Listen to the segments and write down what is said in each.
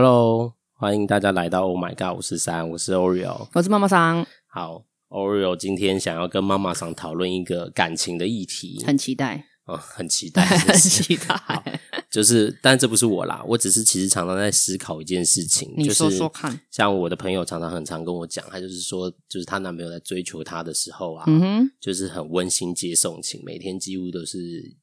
Hello，欢迎大家来到 Oh My God 五十三，我是 Oreo。我是妈妈桑，好，Oreo 今天想要跟妈妈桑讨论一个感情的议题，很期 待，哦，很期待， 很真是期待。好就是，但这不是我啦，我只是其实常常在思考一件事情，你说就是说看像我的朋友常常很常跟我讲，她就是说，就是她男朋友在追求她的时候啊，嗯哼，就是很温馨接送情，每天几乎都是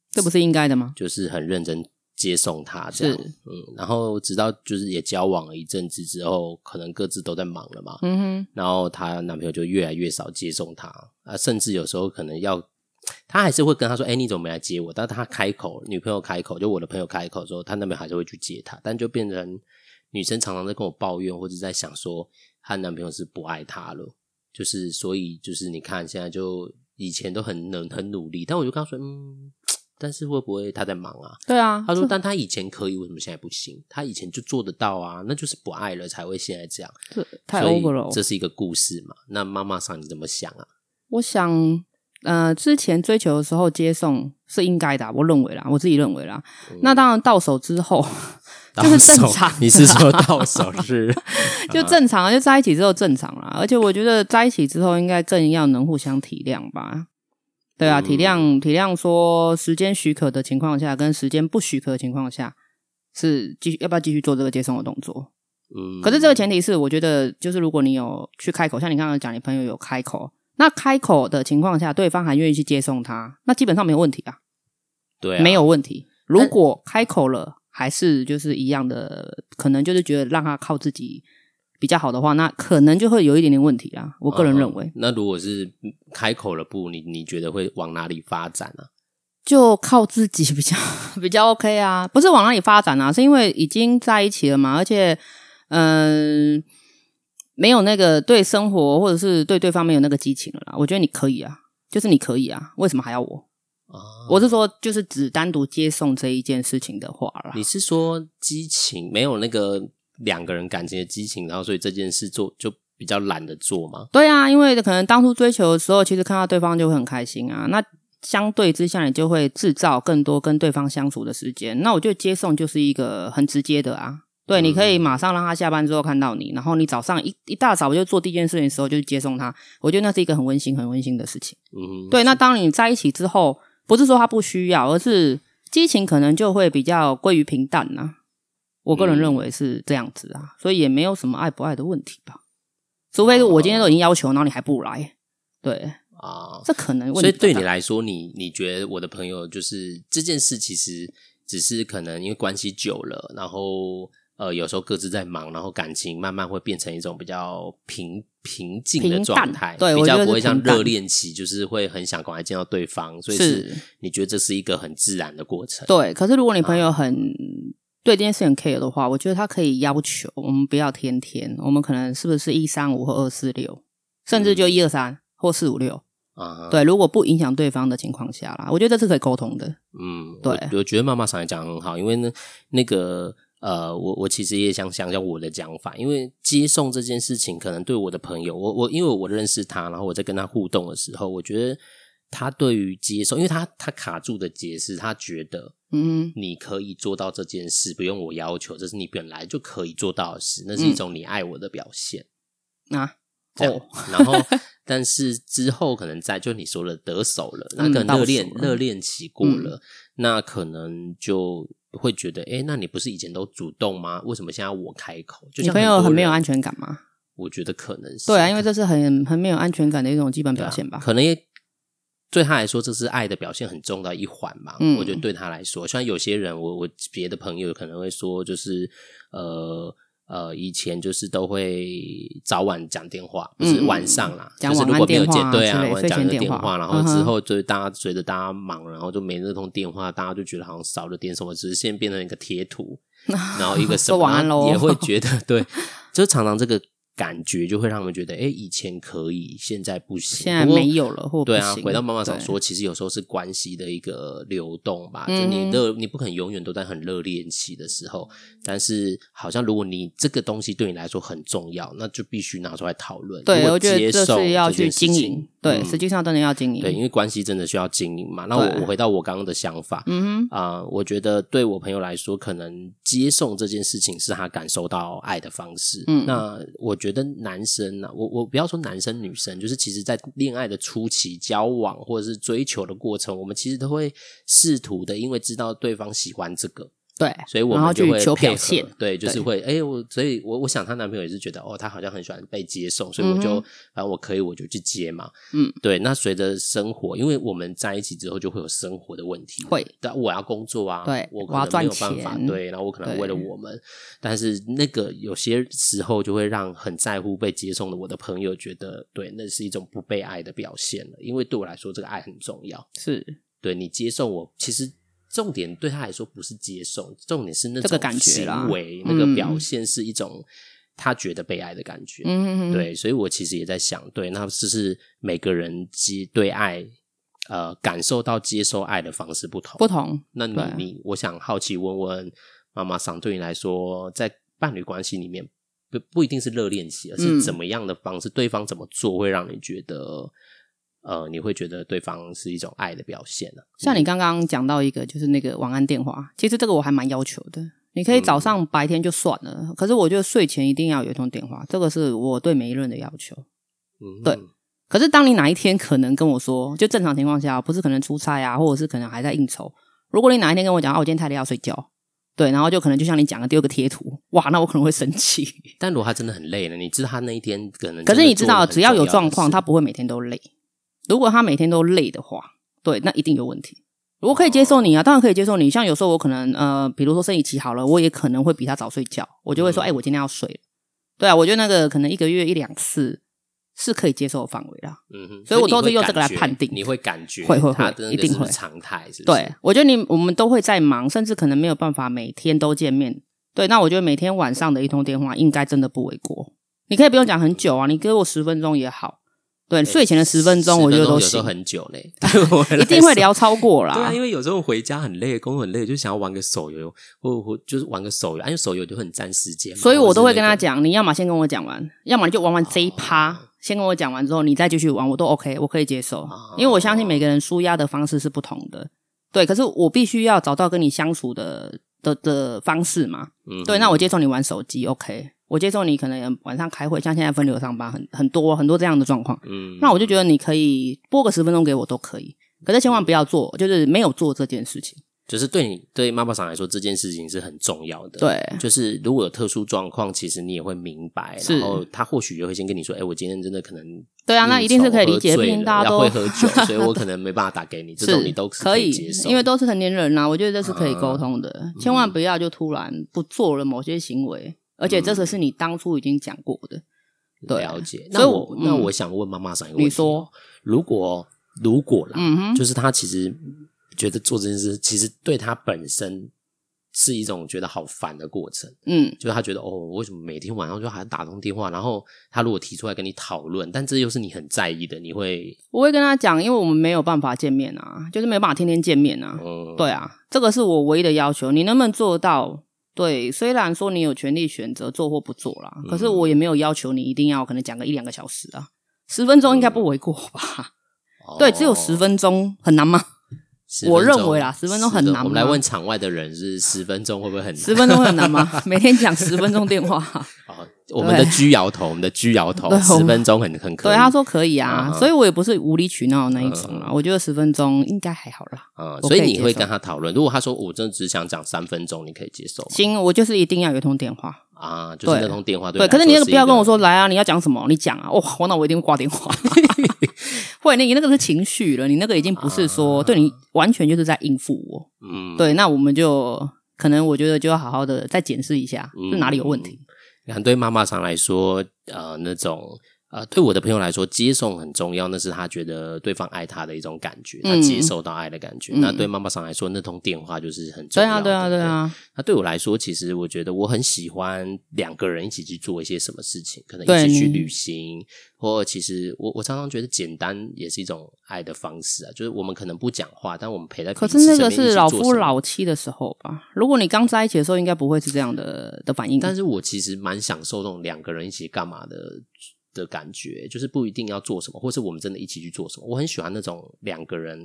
这不是应该的吗？就是很认真接送他这样，是嗯，然后直到就是也交往了一阵子之后，可能各自都在忙了嘛，嗯哼，然后她男朋友就越来越少接送她啊，甚至有时候可能要，她还是会跟她说：“哎、你怎么没来接我？”但她开口，女朋友开口，就我的朋友开口说，她男朋友还是会去接她，但就变成女生常常在跟我抱怨，或者在想说她男朋友是不爱她了，就是所以就是你看现在就以前都很能很努力，但我就跟她说，嗯，但是会不会她在忙啊？对啊，她说这：“但她以前可以，为什么现在不行？她以前就做得到啊，那就是不爱了才会现在这样。”这太所以 over 了哦。这是一个故事嘛？那妈妈桑你怎么想啊？我想，呃，之前追求的时候接送是应该的啊、我认为啦，我自己认为啦。嗯那当然到手 之后 就是正到常手，你是说到手 是？就嗯正常啊，就在一起之后正常啦。而且我觉得在一起之后应该更要能互相体谅吧。对啊，嗯体谅体谅，说时间许可的情况下，跟时间不许可的情况下，是继续要不要继续做这个接送的动作？嗯可是这个前提是，我觉得就是如果你有去开口，像你刚刚讲，你朋友有开口，那开口的情况下，对方还愿意去接送他，那基本上没有问题啊，对、啊、没有问题。如果开口了，还是就是一样的，可能就是觉得让他靠自己比较好的话，那可能就会有一点点问题啊。我我个人认为，嗯那如果是开口了不，你你觉得会往哪里发展啊？就靠自己比较 比较 OK 啊，不是往哪里发展啊，是因为已经在一起了嘛，而且嗯、呃没有那个对生活或者是对对方没有那个激情了啦。我觉得你可以啊，就是你可以啊，为什么还要我？啊，我是说，就是只单独接送这一件事情的话啦你，是说激情没有那个两个人感情的激情，然后所以这件事做就比较懒得做吗？对啊，因为可能当初追求的时候，其实看到对方就会很开心啊，那。相对之下，你就会制造更多跟对方相处的时间。那我觉得接送就是一个很直接的啊，对，你可以马上让他下班之后看到你，然后你早上一一大早就做第一件事情的时候就去接送他，我觉得那是一个很温馨、很温馨的事情。嗯，，对，那当你在一起之后，不是说他不需要，而是激情可能就会比较归于平淡呐、啊我个人嗯认为是这样子啊，所以也没有什么爱不爱的问题吧。哦除非我今天都已经要求，然后你还不来，对，啊，这可能问题所以比较对你大来说，你你觉得我的朋友就是这件事，其实只是可能因为关系久了，然后呃有时候各自在忙，然后感情慢慢会变成一种比较平平静的平状淡态，对比我觉较得不会是像平淡热恋期，就是会很想赶快见到对方，所以是你觉得这是一个很自然的过程，对，可是如果你朋友很、对这件事很 care 的话，我觉得他可以要求我们不要天天，我们可能是不是一三五或二四六，嗯甚至就一二三或四五六。啊，对，如果不影响对方的情况下啦，我觉得这是可以沟通的。嗯，对我我觉得妈妈常也讲得很好，因为呢，那个呃，我我其实也想想想我的讲法，因为接送这件事情，可能对我的朋友，我我因为我认识他，然后我在跟他互动的时候，我觉得他对于接送，因为他他卡住的结是，他觉得嗯，你可以做到这件事，不用我要求，这是你本来就可以做到的事，那是一种你爱我的表现。啊，这样哦，然后但是之后可能在就你说了得手了，那嗯个到热手恋了嗯热恋期过了，那可能就会觉得，哎，那你不是以前都主动吗？为什么现在我开口？就你像朋友很多很没有人安全感吗？我觉得可能是对啊，因为这是很很没有安全感的一种基本表现吧。啊可能也对他来说，这是爱的表现很重要的一环嘛。嗯我觉得对他来说，像有些人，我我别的朋友可能会说，就是呃呃，以前就是都会早晚讲电话，不是嗯嗯晚上啦，讲就是晚如安果没有电接话啊对啊之，类晚上讲一个睡前电电话话，然后嗯哼之后就是大家随着大家忙，然后就没那通电话，大家就觉得好像少了点什么，只是现在变成一个贴图，然 后一个什么说晚安然后喽也会觉得对， 就常常这个感觉就会让他们觉得，哎，以前可以，现在不行，现在不过没有了或不对啊，行回到妈妈上对说，其实有时候是关系的一个流动吧，嗯就你热，你不可能永远都在很热恋期的时候，但是好像如果你这个东西对你来说很重要，那就必须拿出来讨论。啊对，如果我觉得接这受是要件去事情经营，对，嗯实际上真的要经营。对，因为关系真的需要经营嘛。那我对我回到我刚刚的想法嗯哼，啊、我觉得对我朋友来说，可能接送这件事情是他感受到爱的方式。嗯那我觉得男生呢、啊，我我不要说男生女生，就是其实在恋爱的初期、交往或者是追求的过程，我们其实都会试图的，因为知道对方喜欢这个，对，所以我然后们就去会求配表合现，对，就是对会哎、我所以我我想她男朋友也是觉得哦，她好像很喜欢被接送，所以我就、嗯反正我可以我就去接嘛，嗯，对。那随着生活，因为我们在一起之后就会有生活的问题，会，但我要工作啊，对我可我要能没有赚办法，钱对，然后我可能对为了我们，但是那个有些时候就会让很在乎被接送的我的朋友觉得，对，那是一种不被爱的表现了，因为对我来说这个爱很重要，是对你接受我，其实重点对他来说不是接受，重点是那这种个感觉啦行为嗯那个表现是一种他觉得被爱的感觉。嗯哼哼，对，所以我其实也在想，对，那是不是每个人接对爱，呃，感受到接受爱的方式不同。不同，那你对你，我想好奇问问妈妈桑，对你来说，在伴侣关系里面，不不一定是热恋期，而是嗯怎么样的方式，对方怎么做会让你觉得，呃，你会觉得对方是一种爱的表现呢、像你刚刚讲到一个，就是那个晚安电话，其实这个我还蛮要求的。你可以早上白天就算了，可是我觉得睡前一定要有一通电话，这个是我对每一任的要求。嗯，对可是当你哪一天可能跟我说，就正常情况下，不是可能出差啊，或者是可能还在应酬，如果你哪一天跟我讲，啊，我今天太累要睡觉，对，然后就可能就像你讲的丢个贴图，哇，那我可能会生气。但如果他真的很累了，你知道他那一天可能真的可做了很重要的事，是你知道，只要有状况，他不会每天都累。如果他每天都累的话，对，那一定有问题。我可以接受你啊，当然可以接受你。像有时候我可能呃，比如说生理期好了，我也可能会比他早睡觉，我就会说，嗯哎、我今天要睡了。对啊，我觉得那个可能一个月一两次是可以接受的范围啦。嗯哼，所以我都是你会用这个来感觉判定你会感觉会会会他真的一定是不是会常态，是不是对，我觉得你我们都会在忙，甚至可能没有办法每天都见面。对，那我觉得每天晚上的一通电话应该真的不为过。你可以不用讲很久啊，你给我十分钟也好。对，睡前的十分钟我觉得都有时行候，很久嘞， 对我来一定会说聊超过对啦啊，。因为有时候回家很累，工作很累，就想要玩个手游，或或就是玩个手游，啊因为手游就很占时间嘛，所以我都会或是跟那他个，讲，你要么先跟我讲完，要么你就玩完这一趴，哦先跟我讲完之后，你再继续玩，我都 OK，我可以接受，哦因为我相信每个人舒压的方式是不同的。对，可是我必须要找到跟你相处的的的方式嘛。嗯对，那我接受你玩手机，OK。我接受你可能晚上开会，像现在分流上班很很多很多这样的状况，嗯那我就觉得你可以播个十分钟给我都可以，可是千万不要做，就是没有做这件事情。就是对你对妈妈桑来说，这件事情是很重要的，。对，就是如果有特殊状况，其实你也会明白，是然后他或许也会先跟你说：“哎、我今天真的可能对啊，那应一定是酬可以喝理解，醉毕竟了大家要都会喝 酒，所以我可能没办法打给你，这种你都是可以以接受，因为都是成年人啦、我觉得这是可以沟啊通的，千万不要就突然不做了某些行为，而且这个嗯是你当初已经讲过的。对啊了解。所那以我我那嗯我想问妈妈桑一个你问题哦、说如果如果啦，嗯哼，就是他其实觉得做这件事，其实对他本身是一种觉得好烦的过程。嗯，就是他觉得哦，我为什么每天晚上就还打通电话？然后他如果提出来跟你讨论，但这又是你很在意的，你会我会跟他讲，因为我们没有办法见面啊，就是没有办法天天见面啊。嗯，对啊，这个是我唯一的要求，你能不能做到？对，虽然说你有权利选择做或不做啦，嗯可是我也没有要求你一定要可能讲个一两个小时啊，十分钟应该不为过吧？哦对，只有十分钟，很难吗？ 十分我认钟为啦十分钟很难我们来吗问场外的人是十分钟会不会很难？十分钟会很难吗？每天讲十分钟电话，哦，我们的居摇头，我们的居摇头对，我十们分钟很很 可以。对，他说可以啊，嗯嗯所以我也不是无理取闹的那一种啦。我觉得十分钟应该还好啦。嗯，我所以可以你接会受跟他讨论。如果他说我真的只想讲三分钟，你可以接受吗行，我就是一定要有一通电话。啊？就是那对通电话对，你来可是你那个一不要跟我说来啊，你要讲什么？你讲啊，哦，我那我一定会挂 电话。会，那你那个是情绪了，你那个已经不是说、对你完全就是在应付我。啊嗯，对，那我们就可能我觉得就要好好的再检视一下，嗯是哪里有问题。你看对妈妈上来说，呃，那种呃，对我的朋友来说，接送很重要，那是他觉得对方爱他的一种感觉，他嗯接受到爱的感觉。嗯那对妈妈上来说，那通电话就是很重对要啊，的。对啊，对不。啊，那对我来说，其实我觉得我很喜欢两个人一起去做一些什么事情，可能对一起去你旅行，或其实我我常常觉得简单也是一种爱的方式啊，就是我们可能不讲话，但我们陪在可彼此是那个身边一是起老做夫什么老妻的时候吧？如果你刚在一起的时嗯候，应该不会是这样的的反应。但是我其实蛮享受那种两个人一起干嘛的的感觉，就是不一定要做什么，或是我们真的一起去做什么。我很喜欢那种两个人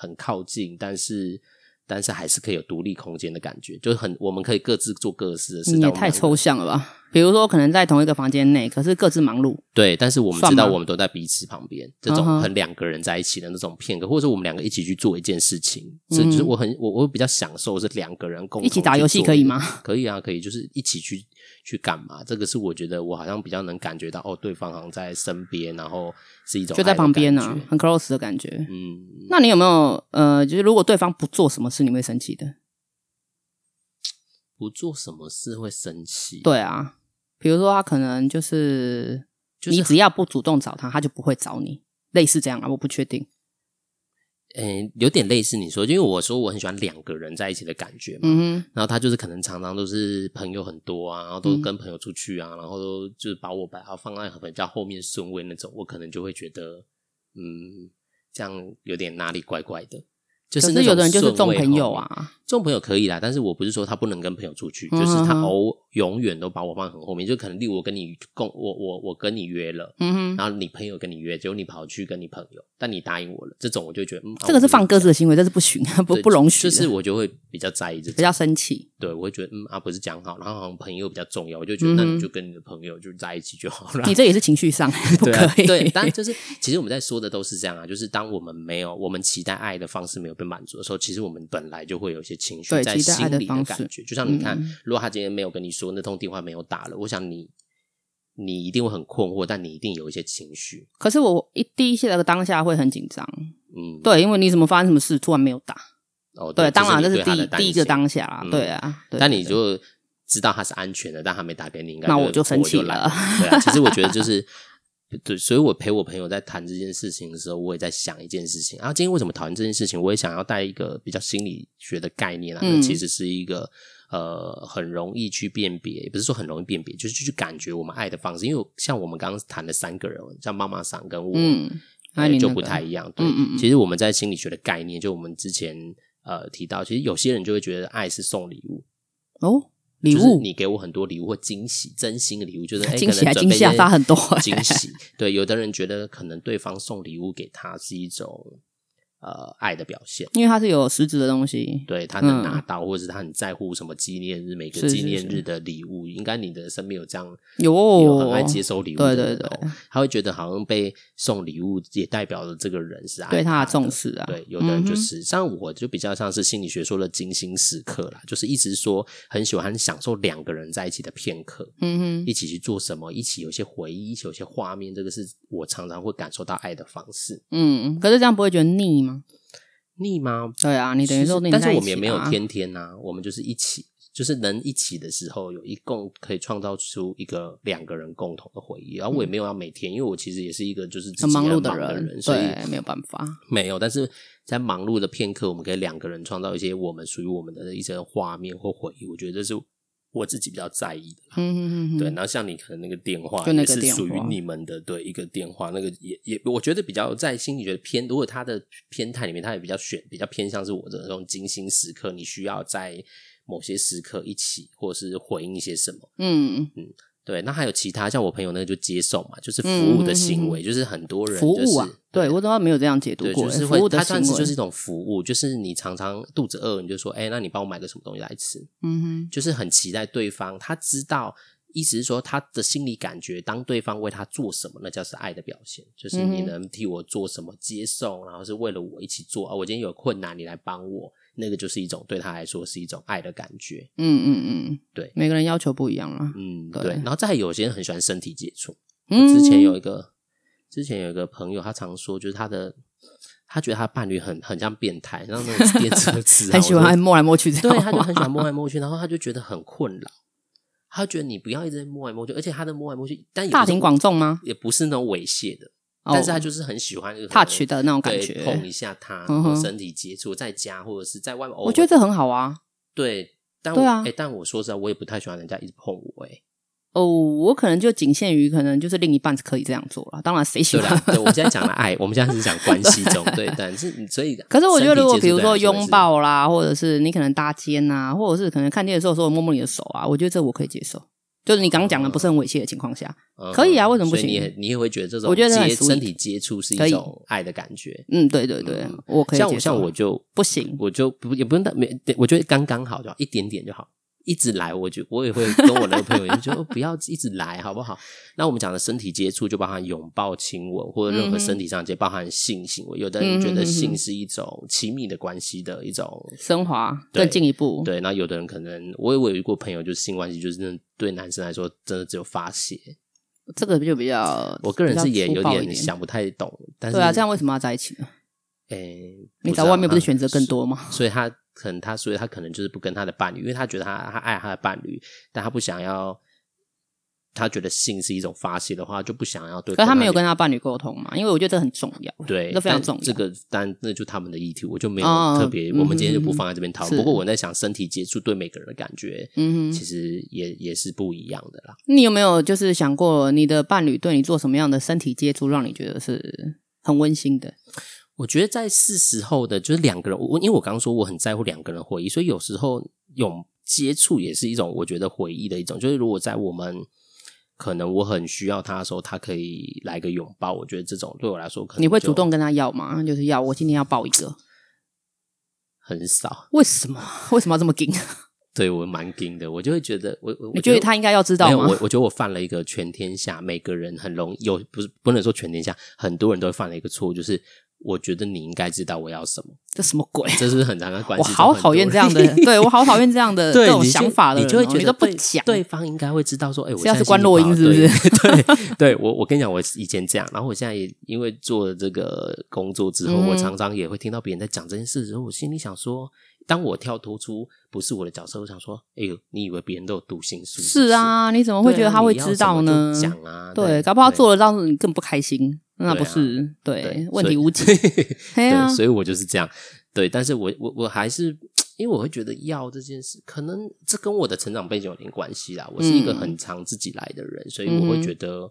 很靠近，但是但是还是可以有独立空间的感觉，就是很我们可以各自做各自的事。但你也我们太两个抽象了吧？比如说，可能在同一个房间内，可是各自忙碌，对，但是我们算知道吗我们都在彼此旁边，这嗯哼种很两个人在一起的那种片刻，或者我们两个一起去做一件事情，这、嗯就是我很我我比较享受是两个人共同一起打游戏去做可以吗？可以啊，可以，就是一起去去干嘛？这个是我觉得我好像比较能感觉到哦，对方好像在身边，然后是一种就在爱的旁边啊呢、感觉很 close 的感觉。嗯，那你有没有呃，就是如果对方不做什么事，你会生气的？不做什么事会生气，，对啊，比如说他可能就是，就是你只要不主动找他，他就不会找你，类似这样啊，我不确定。嗯，有点类似你说，因为我说我很喜欢两个人在一起的感觉嘛，嗯然后他就是可能常常都是朋友很多啊，然后都嗯跟朋友出去啊，然后都就是把我把他放在比较后面顺位那种，我可能就会觉得，嗯，这样有点哪里怪怪的。就哼，是可那是种有的人就是重顺位朋友后面，啊，重朋友可以啦，但是我不是说他不能跟朋友出去，嗯就是他嗯嗯偶永远都把我放很后面，就可能例如我跟你共我我我跟你约了，嗯哼，然后你朋友跟你约，结果你跑去跟你朋友，但你答应我了，这种我就觉得嗯，啊这个是我不放鸽子的行为，这是不行， 不对不容许就的，是我就会比较在意这种比较生气。对，我会觉得嗯啊，不是讲好，然后好像朋友比较重要，我就觉得那嗯你哼就跟你的朋友就在一起就好了。你这也是情绪上， 不对可啊以。对，当然就是其实我们在说的都是这样啊，就是当我们没有我们期待爱的方式没有被满足的时候，其实我们本来就会有一些情绪对在期待心爱的里方式感觉。就像你看，嗯如果他今天没有跟你说那通电话没有打了，我想你你一定会很困惑，但你一定有一些情绪。可是我一第一下的当下会很紧张，嗯，对，因为你怎么发生什么事突然没有打？哦，对，当然这这是是你对他的第一担第一个心当下啦，嗯对啊。对但对你对就知道他是安全的，但他没打给你，应该那就我就生气来了对啊，其实我觉得就是 对，所以我陪我朋友在谈这件事情的时候，我也在想一件事情。然、啊后今天为什么讨论这件事情，我也想要带一个比较心理学的概念啊，那嗯其实是一个。呃，很容易去辨别，也不是说很容易辨别，就是去感觉我们爱的方式。因为我像我们刚刚谈的三个人，像妈妈桑跟我，嗯，呃那你就那不个太一样。对，嗯嗯嗯其实我们在心理学的概念，就我们之前呃提到，其实有些人就会觉得爱是送礼物，哦，礼就是物你给我很多礼物或惊喜，真心的礼物，就是哎惊喜可能还准备惊吓一些差很多欸惊 喜，对，有的人觉得可能对方送礼物给他是一种呃爱的表现。因为它是有实质的东西，对他能嗯拿到，或者是他很在乎什么纪念日，每个是是纪念是日的礼物，应该你的身边有这样有哦有很爱接收礼物的对人对哦对，他会觉得好像被送礼物也代表了这个人是爱对他他的重视。视啊，对，有的人就嗯哼是、像我，就比较像是心理学说的精心时刻啦，就是一直说很喜欢享受两个人在一起的片刻，嗯哼，一起去做什么，一起有些回忆，一起有些画面，这个是我常常会感受到爱的方式。嗯，可是这样不会觉得腻吗？腻吗？对啊，你等于其实说你但是在一我们也起没有啊天天呐、我们就是一起，就是能一起的时候，有一共可以创造出一个两个人共同的回忆。然后我也没有要每天，因为我其实也是一个就是自己嗯很忙碌的人，所以对，没有办法， 没有，但是在忙碌的片刻，我们可以两个人创造一些我们属于我们的一些画面或回忆。我觉得这是我自己比较在意的啦。嗯嗯嗯，对，然后像你可能那个电话，就那也个是电属于话你们的对一个电话，那个也也我觉得比较在心理学偏，如果他的偏态里面，他也比较选比较偏向是我的那种精心时刻，你需要在某些时刻一起，或是回应一些什么。嗯，对，那还有其他像我朋友那个就接受嘛，就是服务的行为，就是很多人、就是、嗯服务啊，对我怎么没有这样解读对，过就欸？是服会务，的它行算是就是一为，种服务，就是你常常肚子饿，你就说，哎、那你帮我买个什么东西来吃，嗯就是很期待对方，他知道，意思是说他的心理感觉，当对方为他做什么，那叫是爱的表现，就是你嗯哼能替我做什么，接送，然后是为了我一起做啊，我今天有困难，你来帮我，那个就是一种对他来说是一种爱的感觉，哼，嗯嗯嗯，对每个人要求不一样啊啦。嗯，对对，然后再来有些人很喜欢身体接触，嗯，之前有一个，之前有一个朋友，他常说，就是他的，他觉得他伴侣很很像变态，然后那种电 车痴啊，很喜我说欢摸来摸去这样对，吗，他就很喜欢摸来摸去，然后他就觉得很困扰，他觉得你不要一直摸来摸去，而且他的摸来摸去，但也不是大庭广众吗？也不是那种猥亵的，哦但是他就是很喜欢就是可能 touch 的那种感对觉碰一下他，嗯然后哼身体接触，在家或者是在外面，我觉得这很好啊。对，但对我啊哎，但我说实在，我也不太喜欢人家一直碰我，哎，哦，我可能就仅限于可能就是另一半是可以这样做了，当然谁喜对欢啦？，对，我们现在讲了爱，我们现在是讲关系 中，对，但是所以，可是我觉得，如果身体接比触如对他说来也是拥，抱啦，或者是你可能搭肩啊，或者是可能看电影的时候说我摸摸你的手啊，我觉得这我可以接受。就是你刚刚讲的不是很猥亵的情况下，嗯可以啊为什么不所以你行也你也会觉得这种我觉得很接 sweet 身体接触是可一以种爱的感觉。嗯，对对对，嗯我可以像接我受啊像我就不行，我就不也不用到没，我觉得刚刚好就好，一点点就好。一直来，我就我也会跟我的朋友也就说哦不要一直来，好不好？那我们讲的身体接触就包含拥抱、亲吻或者任何嗯哼身体上接，包含性行为。有的嗯人哼觉嗯得哼性是一种亲密的关系的一种升华对更进一步，对，那有的人可能我也我有遇过朋友，就是性关系，就是真的对男生来说真的只有发泄。这个就比较，我个人是也比较有粗暴一点想不太懂，但是对啊，这样为什么要在一起呢？诶，哎不你知找道外面不是他选择更多吗？ 所以他可能他，所以他可能就是不跟他的伴侣，因为他觉得他他爱他的伴侣，但他不想要，他觉得性是一种发泄的话，就不想要对。可他没有跟他伴侣沟通嘛，因为我觉得这很重要。对，这非常但重要这个当然那就他们的议题，我就没有哦特别，嗯我们今天就不放在这边讨论。是不过我在想，身体接触对每个人的感觉，嗯其哼，实也也是不一样的啦。你有没有就是想过你的伴侣对你做什么样的身体接触，让你觉得是很温馨的？我觉得在是时候的，就是两个人，我因为我刚刚说我很在乎两个人回忆，所以有时候有接触也是一种我觉得回忆的一种。就是如果在我们可能我很需要他的时候，他可以来个拥抱，我觉得这种对我来说可能你会就主动跟他要吗？就是要我今天要抱一个，很少，为什么？ 为什么要这么紧？对我蛮硬的，我就会觉得我我我你觉得他应该要知道没有，吗我？我觉得我犯了一个全天下每个人很容易有不是不能说全天下很多人都会犯了一个错误，就是我觉得你应该知道我要什么，这什么鬼？这是不是很常在关我系中好很讨多厌人这样的， 对我好讨厌这样的对这呃种你就想法的人你就会哦觉你得都不对讲，对方应该会知道说，哎，我是现要在是关洛英心情不是好？对 对对，我我跟你讲，我以前这样，然后我现在也因为做了这个工作之后，嗯我常常也会听到别人在讲这件事的时候，我心里想说，当我跳脱出不是我的角色，我想说，哎呦，你以为别人都有读心术？是不啊，你怎么会对啊觉得他会你要知什道么就呢？讲啊，对，搞不 好他做了了让你更不开心，那不是对对问所题以无解。对啊对，，所以我就是这样。对，但是我我我还是因为我会觉得要这件事，可能这跟我的成长背景有点关系啦。我是一个嗯很常自己来的人，所以嗯哼我会觉得我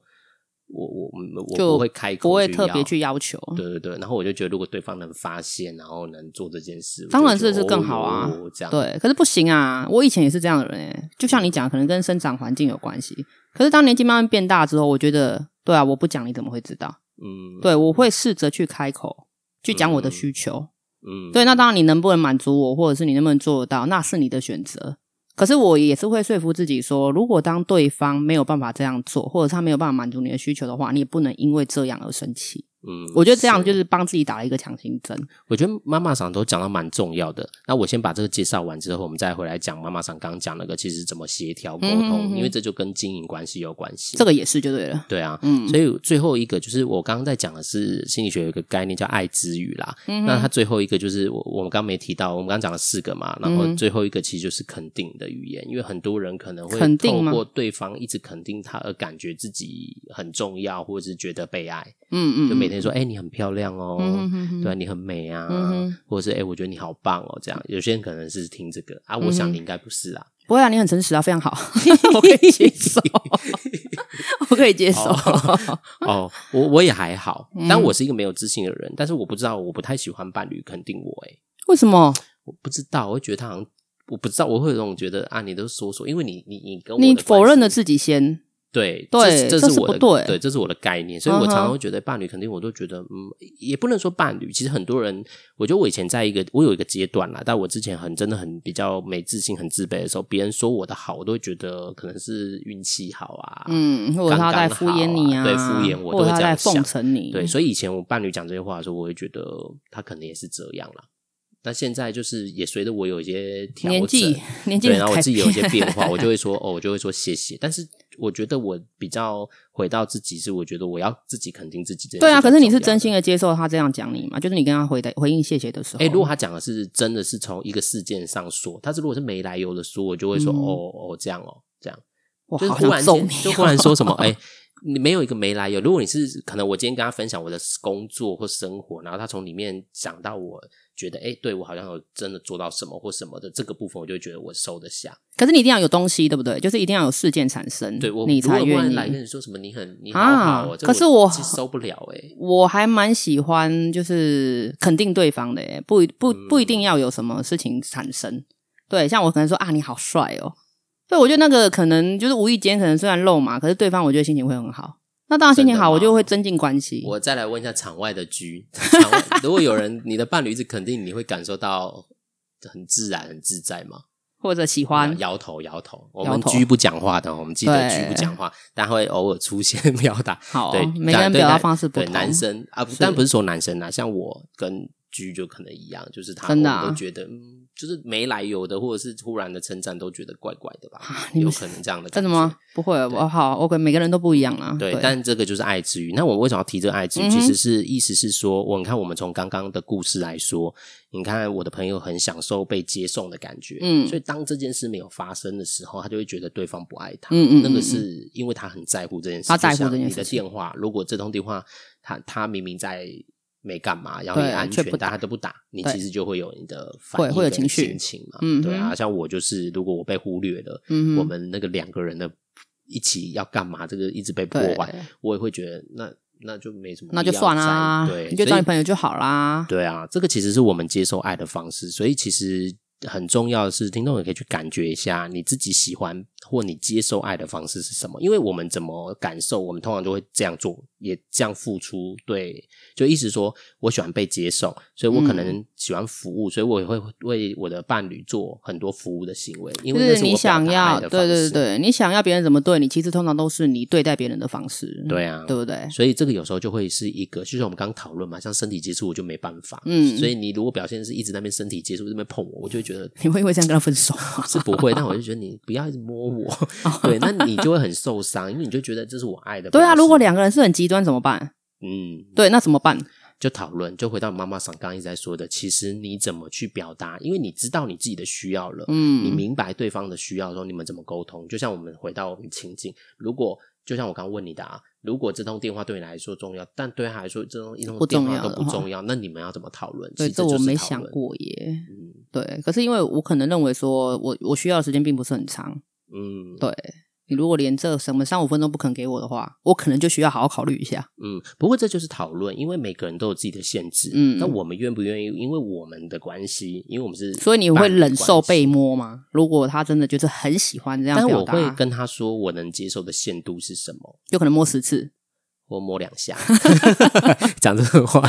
我我我就不会开口，不会特别去。要求。对对对，然后我就觉得，如果对方能发现，然后能做这件事，当然我就觉这得是更好啊哦这样对，可是不行啊！我以前也是这样的人、欸，就像你讲，可能跟生长环境有关系。可是当年纪慢慢变大之后，我觉得，对啊，我不讲你怎么会知道？嗯，对，我会试着去开口，去讲我的需求。嗯，对，那当然你能不能满足我，或者是你能不能做得到，那是你的选择。可是我也是会说服自己说，如果当对方没有办法这样做，或者他没有办法满足你的需求的话，你也不能因为这样而生气。嗯，我觉得这样就是是帮自己打了一个强心针。我觉得妈妈桑都讲到蛮重要的。那我先把这个介绍完之后，我们再回来讲妈妈桑刚讲那个，其实怎么协调沟嗯哼嗯通，哼因为这就跟经营关系有关系。这个也是就对了。对啊，嗯所以最后一个就是我刚刚在讲的是心理学有一个概念叫爱之语啦。嗯那它最后一个就是我我们刚刚没提到，我们刚刚讲了四个嘛，然后嗯最后一个其实就是肯定的语言，因为很多人可能会肯定透吗过对方一直肯定他而感觉自己很重要，或者是觉得被爱，嗯嗯，就每天说哎、你很漂亮哦，嗯嗯嗯对啊、你很美啊，嗯哼或者是哎、我觉得你好棒哦，这样有些人可能是听这个啊，我嗯想你应该不是啊，不会啊，你很诚实啊，非 常好，我可以接受，我可以接受。哦 哦，我我也还好嗯，但我是一个没有自信的人，但是我不知道，我不太喜欢伴侣肯定我、欸，为什么？我不知道，我会觉得他好像，我不知道，我会有种觉得啊，你都说说，因为你你你跟我你的关系否认了自己先？对对这这是是我的不对这是我的概念，所以我嗯哼常常会觉得伴侣肯定，我都觉得嗯，也不能说伴侣，其实很多人，我觉得我以前在一个我有一个阶段啦，但我之前很真的很比较没自信、很自卑的时候，别人说我的好，我都会觉得可能是运气好啊，嗯，或者他在敷衍你啊，刚刚好啊对敷衍我都或会者他这在样想奉承你，对，所以以前我伴侣讲这些话的时候，我会觉得他可能也是这样啦。但现在就是也随着我有一些调整年纪年纪对，的然后我改自己有一些变变化，我就会说哦，我就会说谢谢。但是我觉得我比较回到自己，是我觉得我要自己肯定自己这件事 对啊，比较可是你是重要真心的。的接受他这样讲你嘛？就是你跟他回答回应谢谢的时候，哎，如果他讲的是真的是从一个事件上说，他是如果是没来由的说，我就会说、嗯哦哦这样哦这样，我就是好忽想然揍间你，哦就忽然说 什么哎。你没有一个没来由。如果你是可能，我今天跟他分享我的工作或生活，然后他从里面讲到我觉得，哎、对我好像有真的做到什么或什么的这个部分，我就会觉得我收得下。可是你一定要有东西，对不对？就是一定要有事件产生，对我，你如果才忽愿然来跟意。你说什么你很你好啊好哦，这可是我我其实受不了哎、 我还蛮喜欢，就是肯定对方的耶，不一不嗯不一定要有什么事情产生。对，像我可能说啊，你好帅哦，对，我觉得那个可能就是无意间，可能虽然肉麻，可是对方我觉得心情会很好。那当然心情真好，的吗我就会增进关系。我再来问一下场外的居，场外如果有人你的伴侣一直肯定，你会感受到很自然、很自在吗？或者喜欢，摇头摇头，我摇们头居不讲话的，我们记得对居不讲话，但会偶尔出现 表达。好、对哦，，每个人对表达男方式不对同。男生啊，不是但不是说男生啦，啊像我跟居就可能一样，就是他真的啊我们都觉得。嗯就是没来由的，或者是突然的称赞，都觉得怪怪的吧？ 你有们可能这样的感真的觉吗？？不会，我嗯好，OK，每个人都不一样啦。对，但这个就是爱之语。那我为什么要提这个爱之语？啊嗯哼其实是意思是说，我你看我们从刚刚的故事来说，你看我的朋友很享受被接送的感觉，嗯所以当这件事没有发生的时候，他就会觉得对方不爱他，嗯嗯嗯那个是因为他很在乎这件事，他在乎就像这件你的事情电话，如果这通电话他他明明在。没干嘛，然后对也安却全不，打但他都不打，你对其实就会有你的反应会会有跟情绪心情嘛，嗯哼对啊，像我就是，如果我被忽略了，嗯哼我们那个两个人的一起要干嘛，这个一直被破对坏，我也会觉得那那就没什么必那要在，就算啦，对，你就找所以你朋友就好啦。对啊，这个其实是我们接受爱的方式，所以其实很重要的是，听众也可以去感觉一下你自己喜欢或你接受爱的方式是什么。因为我们怎么感受，我们通常就会这样做，也这样付出。对，就意思说我喜欢被接受，所以我嗯可能喜欢服务，所以我也会为我的伴侣做很多服务的行为，因就为那你我表想达要，爱的对方对式对，对，你想要别人怎么对你，其实通常都是你对待别人的方式，对啊，对不对？所以这个有时候就会是一个，就像我们刚刚讨论嘛，像身体接触我就没办法，嗯所以你如果表现是一直在那边身体接触，在那边碰我，我就会觉得你会因为这样跟他分手 吗？是不会，但我就觉得你不要一直摸我， 对，那你就会很受伤，因为你就觉得这是我爱的表对示。啊，如果两个人是很极端怎么办？嗯，对，那怎么办？就讨论，就回到妈妈上刚刚一直在说的，其实你怎么去表达，因为你知道你自己的需要了，嗯，你明白对方的需要的时候，你们怎么沟通？就像我们回到我们情境，如果就像我刚问你的啊，如果这通电话对你来说重要，但对他来说这通一通不电重话要都的不话重要，那你们要怎么讨论？对，其实这我就是没讨想论。过耶。嗯对，可是因为我可能认为说我我需要的时间并不是很长，嗯，对你如果连这什么三五分钟不肯给我的话，我可能就需要好好考虑一下。嗯，不过这就是讨论，因为每个人都有自己的限制。嗯那我们愿不愿意？因为我们的关系，因为我们是，所以你会忍受被。摸吗？如果他真的就是很喜欢这样但表我达，会跟他说，我能接受的限度是什么？有可能摸十次，我摸两下， 讲这种 话，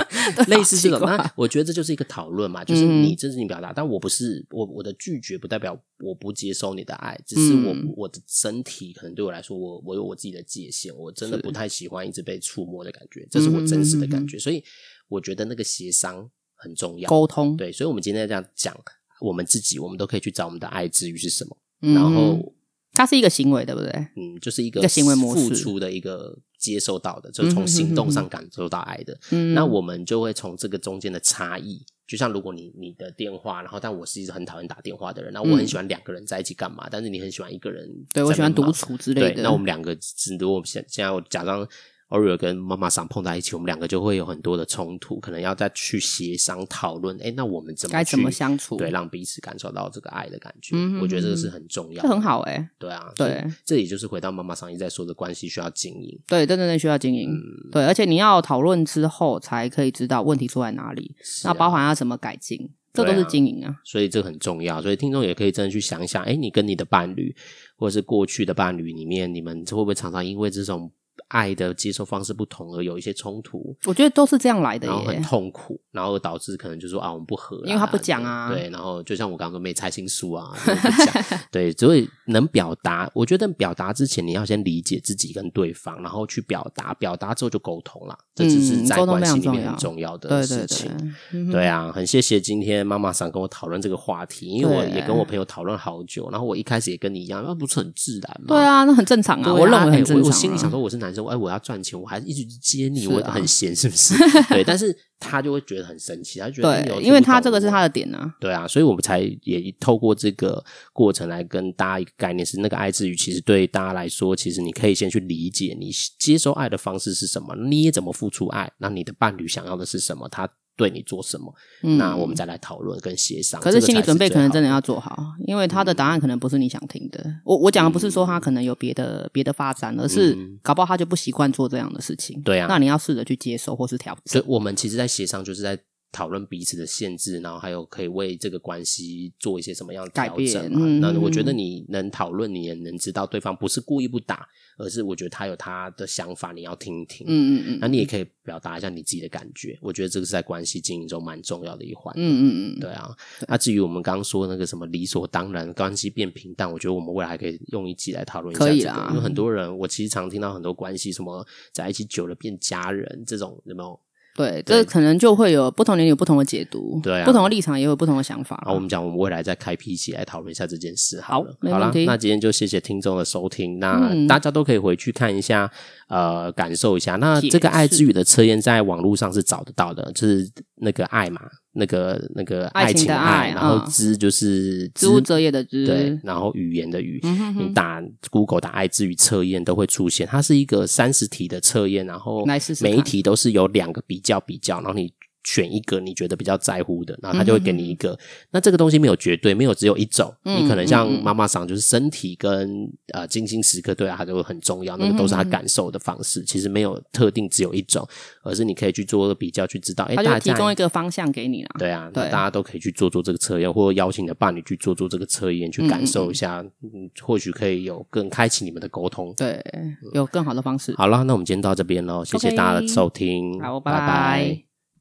类似这种。好奇怪那我觉得这就是一个讨论嘛，就是嗯你这是你表达，但我不是我我的拒绝不代表我不接受你的爱，只是我、嗯我的身体可能对我来说，我我有我自己的界限，我真的是嗯不太喜欢一直被触摸的感觉，这是我真实的感觉，所以我觉得那个协商很重要。沟通，对，所以我们今天这样讲，我们自己我们都可以去找我们的爱之欲是什么，嗯然后它是一个行为，对不对？嗯，就是一个一个行为模式付出的一个接受到的，就是从嗯哼行动哼上感受到爱的。嗯，那我们就会从这个中间的差异，就像如果你你的电话，然后但我是一直很讨厌打电话的人，那我很喜欢两个人在一起干嘛，但是你很喜欢一个人，嗯对我喜欢独。处之类对，的。那我们两个是，如果我们现现在我假装 Oreo 跟妈妈桑碰在一起，我们两个就会有很多的冲突，可能要再去协商讨论，哎，那我们怎么该怎么去相处对，让彼此感受到这个爱的感觉，嗯哼我觉得这个是哼很重要这的，很好哎、对啊，对所以这也就是回到妈妈上一直在说的关系需要经营，对，真正需要经营。嗯对，而且你要讨论之后，才可以知道问题出在哪里，是那啊包含要怎么改进，这都对是啊经营啊。所以这个很重要。所以听众也可以真的去想一想，哎，你跟你的伴侣，或者是过去的伴侣里面，你们会不会常常因为这种爱的接受方式不同而有一些冲突？我觉得都是这样来的然后很耶。痛苦，然后导致可能就说啊，我们不合啊、因为他不讲啊对，然后就像我刚刚说没拆新书啊，就是不 讲，对，所以能表达，我觉得表达之前你要先理解自己跟对方，然后去表达，表达之后就沟通啦，这只是嗯在沟通关非系常里面重很重要要对的对事对情。，嗯哼对啊，很谢谢今天妈妈想跟我讨论这个话题，因为我对也跟我朋友讨论好久，然后我一开始也跟你一样，啊那不是很自然吗？对啊，那很正常对啊。啊，我认为哎很正常、我啊心里想说我是男生，哎，我要赚钱，我还一直接你，是我啊很闲是不 是？对，但是他就会觉得很生气，他就觉得对，因为他这个是他的。的点啊，对啊，所以我们才也透过这个过程来跟大家一个概念是，那个爱之语其实对大家来说，其实你可以先去理解你接收爱的方式是什么，你也怎么付出爱，那你的伴侣想要的是什么，他对你做什么，嗯，那我们再来讨论跟协商。可这是个心理才准备最可能好嗯真的要做好，因为他的答案可能不是你想听的。我我讲的不是说他可能有别的别的发展，而是嗯搞不好他就不习惯做这样的事情。对啊那你要试着去接受或是调所整以。我们其实，在协商就是在讨论彼此的限制，然后还有可以为这个关系做一些什么样的改调变整嘛。嗯那嗯我觉得嗯你能讨论，你也能知道对方不是故意不打，而是我觉得他有他的想法，你要听一听。嗯嗯嗯，那你也可以表达一下你自己的感觉，我觉得这个是在关系经营中蛮重要的一环。嗯嗯嗯，对啊，那至于我们刚刚说那个什么理所当然，关系变平淡，我觉得我们未来还可以用一集来讨论一下、这可个。以啦嗯因为很多人，我其实常听到很多关系什么在一起久了变家人这种，有没有？对，这可能就会有不同年龄有不同的解读，对啊哦不同的立场也有不同的想法嗯然。后我们讲，我们未来再开辟一起来讨论一下这件事好了没好啦问题那今天就谢谢听众的收听，那嗯大家都可以回去看一下，呃，感受一下。那这个解释爱之语的测验在网络上是找得到的，就是那个爱嘛，那个那个爱情情的的爱然后嗯之就是知乎者也的知，对，然后语言的语，嗯哼你哼，打 Google 打爱之语测验都会出现，它是一个三十题的测验，然后来试试每一看题都是有两个比较比较，然后你。选一个你觉得比较在乎的，然后他就会给你一个。那这个东西没有绝对，没有只有一种。嗯你可能像嗯嗯妈妈桑，就是身体跟呃精心时刻对他就会很重要，那嗯个都是他感受的方式。其实没有特定只有一种，而是你可以去做个比较，去知道哎，他大就提家供一个方向给你啦。对啊，那对大家都可以去做做这个测验，或者邀请你的伴侣去做做这个测验，去感受一下，嗯或许可以有更开启你们的沟通。对，有更好的方式。好了，那我们今天到这边喽，谢谢 OK 大家的收听，好，拜拜拜